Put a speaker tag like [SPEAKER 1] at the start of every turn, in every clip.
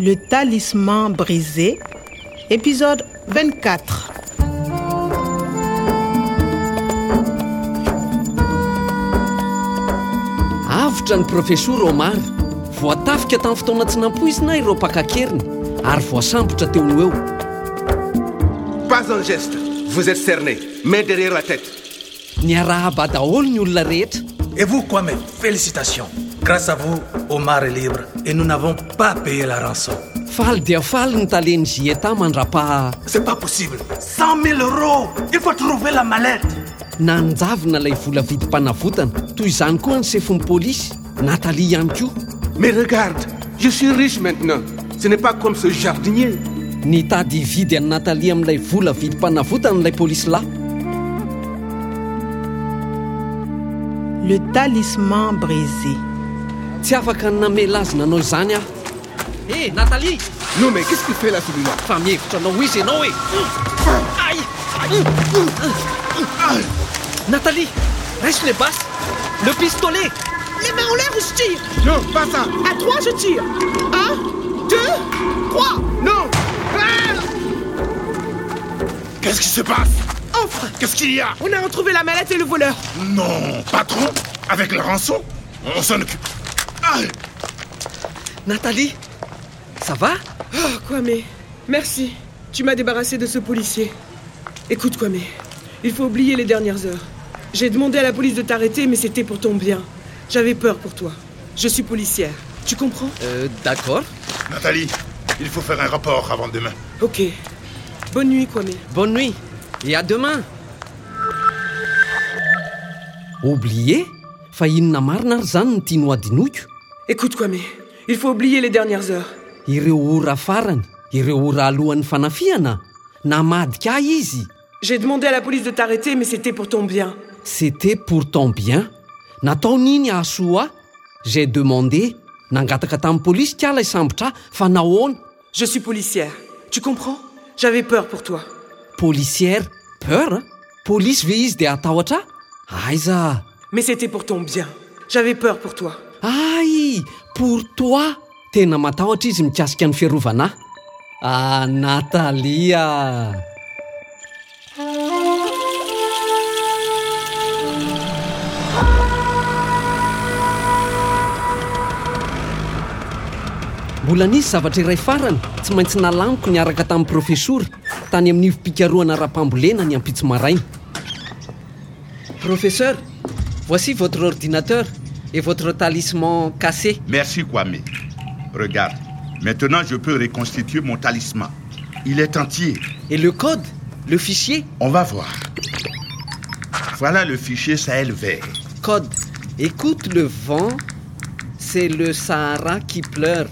[SPEAKER 1] Le talisman brisé, épisode 24.
[SPEAKER 2] avotra ny profesora omary voatafika tamin'ny fotoana tsy nampoizina ireo mpakakeriny ary voasambotra teo no eo
[SPEAKER 3] Pas un geste, vous êtes cerné, mais derrière la tête.
[SPEAKER 2] niarahaba daholo ny olona rehetra
[SPEAKER 4] Et vous, Kwame, félicitations. Grâce à vous, Omar est libre et nous n'avons pas payé la rançon.
[SPEAKER 2] faly dia faly ny taleny zieta mandra-paha
[SPEAKER 4] C'est pas possible. 100 000 euros Il faut trouver la mallette.
[SPEAKER 2] nanjavina ilay vola vidim-panavotana toy izany koa ny sefon'ny pôlisy natalia ihany koa
[SPEAKER 3] Mais regarde, je suis riche maintenant. Ce n'est pas comme ce jardinier.
[SPEAKER 2] nitady hividy any natalia amin'ilay vola vidim-panavotana ilay pôlisy lahy
[SPEAKER 1] Le talisman brisé.
[SPEAKER 2] tsy afaka ny namela azy nanao izany aho eh natalia
[SPEAKER 3] Non, mais qu'est-ce qu'il fait là, celui-là
[SPEAKER 2] fa mihevitra anao izy ianao e ai natalia reste le basy le pistolet
[SPEAKER 5] Les mains en l'air ou je tire
[SPEAKER 3] Non, pas ça
[SPEAKER 5] À trois, je tire. Hein? Un, deux, trois.
[SPEAKER 3] Non Ah!
[SPEAKER 6] Qu'est-ce qui se passe
[SPEAKER 5] Offre
[SPEAKER 6] Qu'est-ce qu'il y a
[SPEAKER 5] On a retrouvé la mallette et le voleur.
[SPEAKER 6] Non, patron Avec la rançon On s'en occupe. Ah,
[SPEAKER 2] natalia ça va
[SPEAKER 5] Oh, Kwame, merci. Tu m'as débarrassé de ce policier. Écoute, Kwame, il faut oublier les dernières heures. J'ai demandé à la police de t'arrêter, mais c'était pour ton bien. J'avais peur pour toi. Je suis policière. Tu comprends
[SPEAKER 2] euh, d'accord
[SPEAKER 6] Nathalie, il faut faire un rapport avant demain.
[SPEAKER 5] Ok. Bonne nuit, Kwame.
[SPEAKER 2] bonne nuit et à demain oublié fa inona marina ary zany ny tiano adinoiko
[SPEAKER 5] Écoute, Kwame, il faut oublier les dernières heures.
[SPEAKER 2] ireo ora farany ireo ora alohan'ny fanafiana namadika ahy izy
[SPEAKER 5] J'ai demandé à la police de t'arrêter, mais c'était pour ton bien.
[SPEAKER 2] c'était pour ton bien nataony iny ahasoa ahy j'ai demandé nangataka tamin'ny pôlisy ka ilay sambotra ahy fa nahoana
[SPEAKER 5] Je suis policière. Tu comprends J'avais peur pour toi.
[SPEAKER 2] policière peur hein. a? pôlisy ve izy dia atahotra ahy aiza
[SPEAKER 5] Mais c'était pour ton bien. J'avais peur pour toi.
[SPEAKER 2] ay pour toi tena matahotra izy mikasika ny fiarovana ahy ah natalia mbola nisy zavatra iray farany tsy maintsy nalamiko niaraka tamin'ny profesora tany amin'ny ivompikaroana ra-pambolena ny ampitso maraina professeur voici votre ordinateur et votre talisman cassé
[SPEAKER 6] Merci, Kwame. Regarde, maintenant je peux reconstituer mon talisman. Il est entier.
[SPEAKER 2] et le code le fichier
[SPEAKER 6] On va voir. Voilà le fichier Sahel vert.
[SPEAKER 2] code écoute le vent c'est le Sahara qui pleure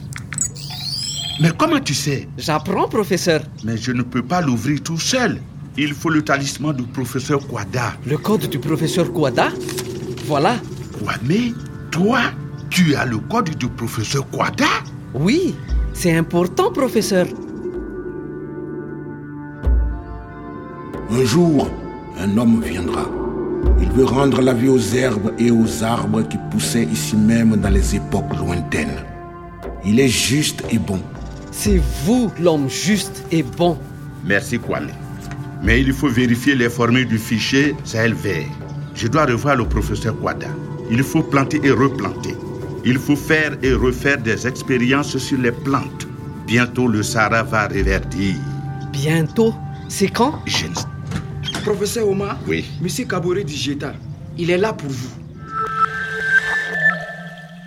[SPEAKER 6] Mais comment tu sais
[SPEAKER 2] j'apprends professeur
[SPEAKER 6] Mais je ne peux pas l'ouvrir tout seul. Il faut le talisman du professeur Kwada.
[SPEAKER 2] le code du professeur Kouada voilà
[SPEAKER 6] Kwame, toi, tu as le code du professeur Kwada
[SPEAKER 2] oui c'est important professeur
[SPEAKER 7] Un jour, un homme viendra. Il veut rendre la vie aux herbes et aux arbres qui poussaient ici même dans les époques lointaines. Il est juste et bon.
[SPEAKER 2] c'est vous l'homme juste et bon
[SPEAKER 6] Merci, Kwame. Mais il faut vérifier les formules du fichier Sahel vert. Je dois revoir le professeur Kwada. Il faut planter et replanter. Il faut faire et refaire des expériences sur les plantes. Bientôt, le Sahara va reverdir.
[SPEAKER 2] bientôt c'est quand
[SPEAKER 6] Je ne sais.
[SPEAKER 8] Professeur Omar,
[SPEAKER 6] Oui.
[SPEAKER 8] Monsieur Kabore du Jeta, il est là pour vous.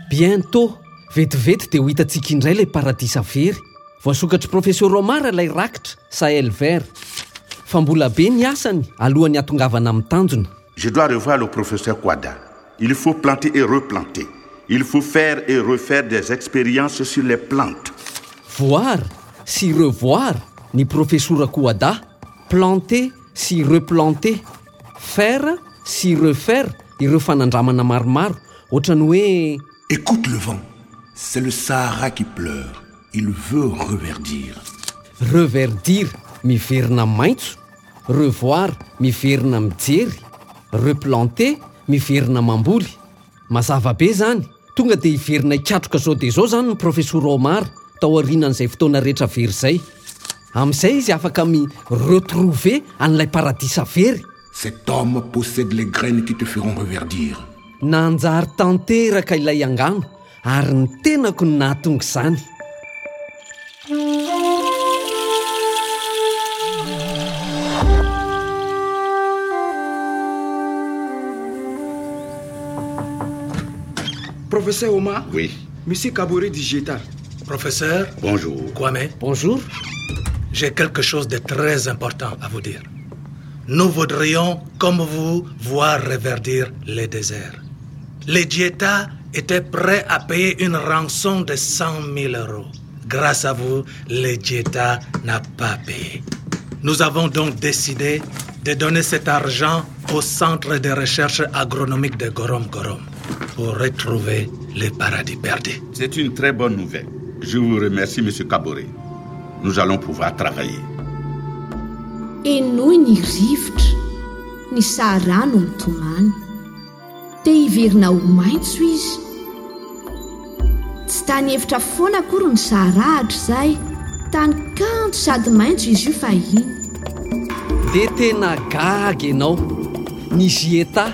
[SPEAKER 2] bientôt vetivety dia ho hitantsika indray ilay paradisa very voasokatry professeur omara ilay rakitra sahel vert ben, fa mbola be ny asany alohan'ny hatongavana amin'ny tanjona
[SPEAKER 6] Je dois revoir le professeur Kwada. Il faut planter et replanter. Il faut faire et refaire des expériences sur les plantes.
[SPEAKER 2] voir sy revoir ny professora koada planter sy replanter faire sy refaire ireo fanandramana maromaro ohatrany hoe
[SPEAKER 7] Écoute le vent. C'est le Sahara qui pleure. Il veut reverdir.
[SPEAKER 2] reverdir miverina maitso revoir miverina mijery replanter miverina mamboly mazava be zany tonga dia hiverina hikatroka zao dia zao zany ny professora omara tao arinan'izay fotoana rehetra very zay amin'izay izy afaka mi retrouver an'ilay paradisa very
[SPEAKER 7] Cet homme possède les graines qui te feront reverdir.
[SPEAKER 2] nanjary tanteraka ilay angano ary ny tenako no nahatonga izany
[SPEAKER 8] Professeur Oma,
[SPEAKER 6] Oui,
[SPEAKER 8] Monsieur Kabore Digital.
[SPEAKER 4] Professeur
[SPEAKER 6] bonjour.
[SPEAKER 4] Kwame,
[SPEAKER 2] bonjour
[SPEAKER 4] j'ai quelque chose de très important à vous dire. Nous voudrions, comme vous, voir reverdir les déserts. Les Dieta étaient prêts à payer une rançon de 100 000 euros. Grâce à vous, les Dieta n'a pas payé. Nous avons donc décidé de donner cet argent au Centre de recherche agronomique de Gorom Gorom pour retrouver les paradis perdus.
[SPEAKER 6] C'est une très bonne nouvelle. Je vous remercie, Monsieur Kabore. Nous allons pouvoir travailler.
[SPEAKER 9] enoy ny rivotra ny sarano mitomany te hiverina ho maitso izy tsy tany hevitra foana akory ny sarahatra izay tany kanto sady maitso izy io fa iny
[SPEAKER 2] de tena gaga ianao nisy eta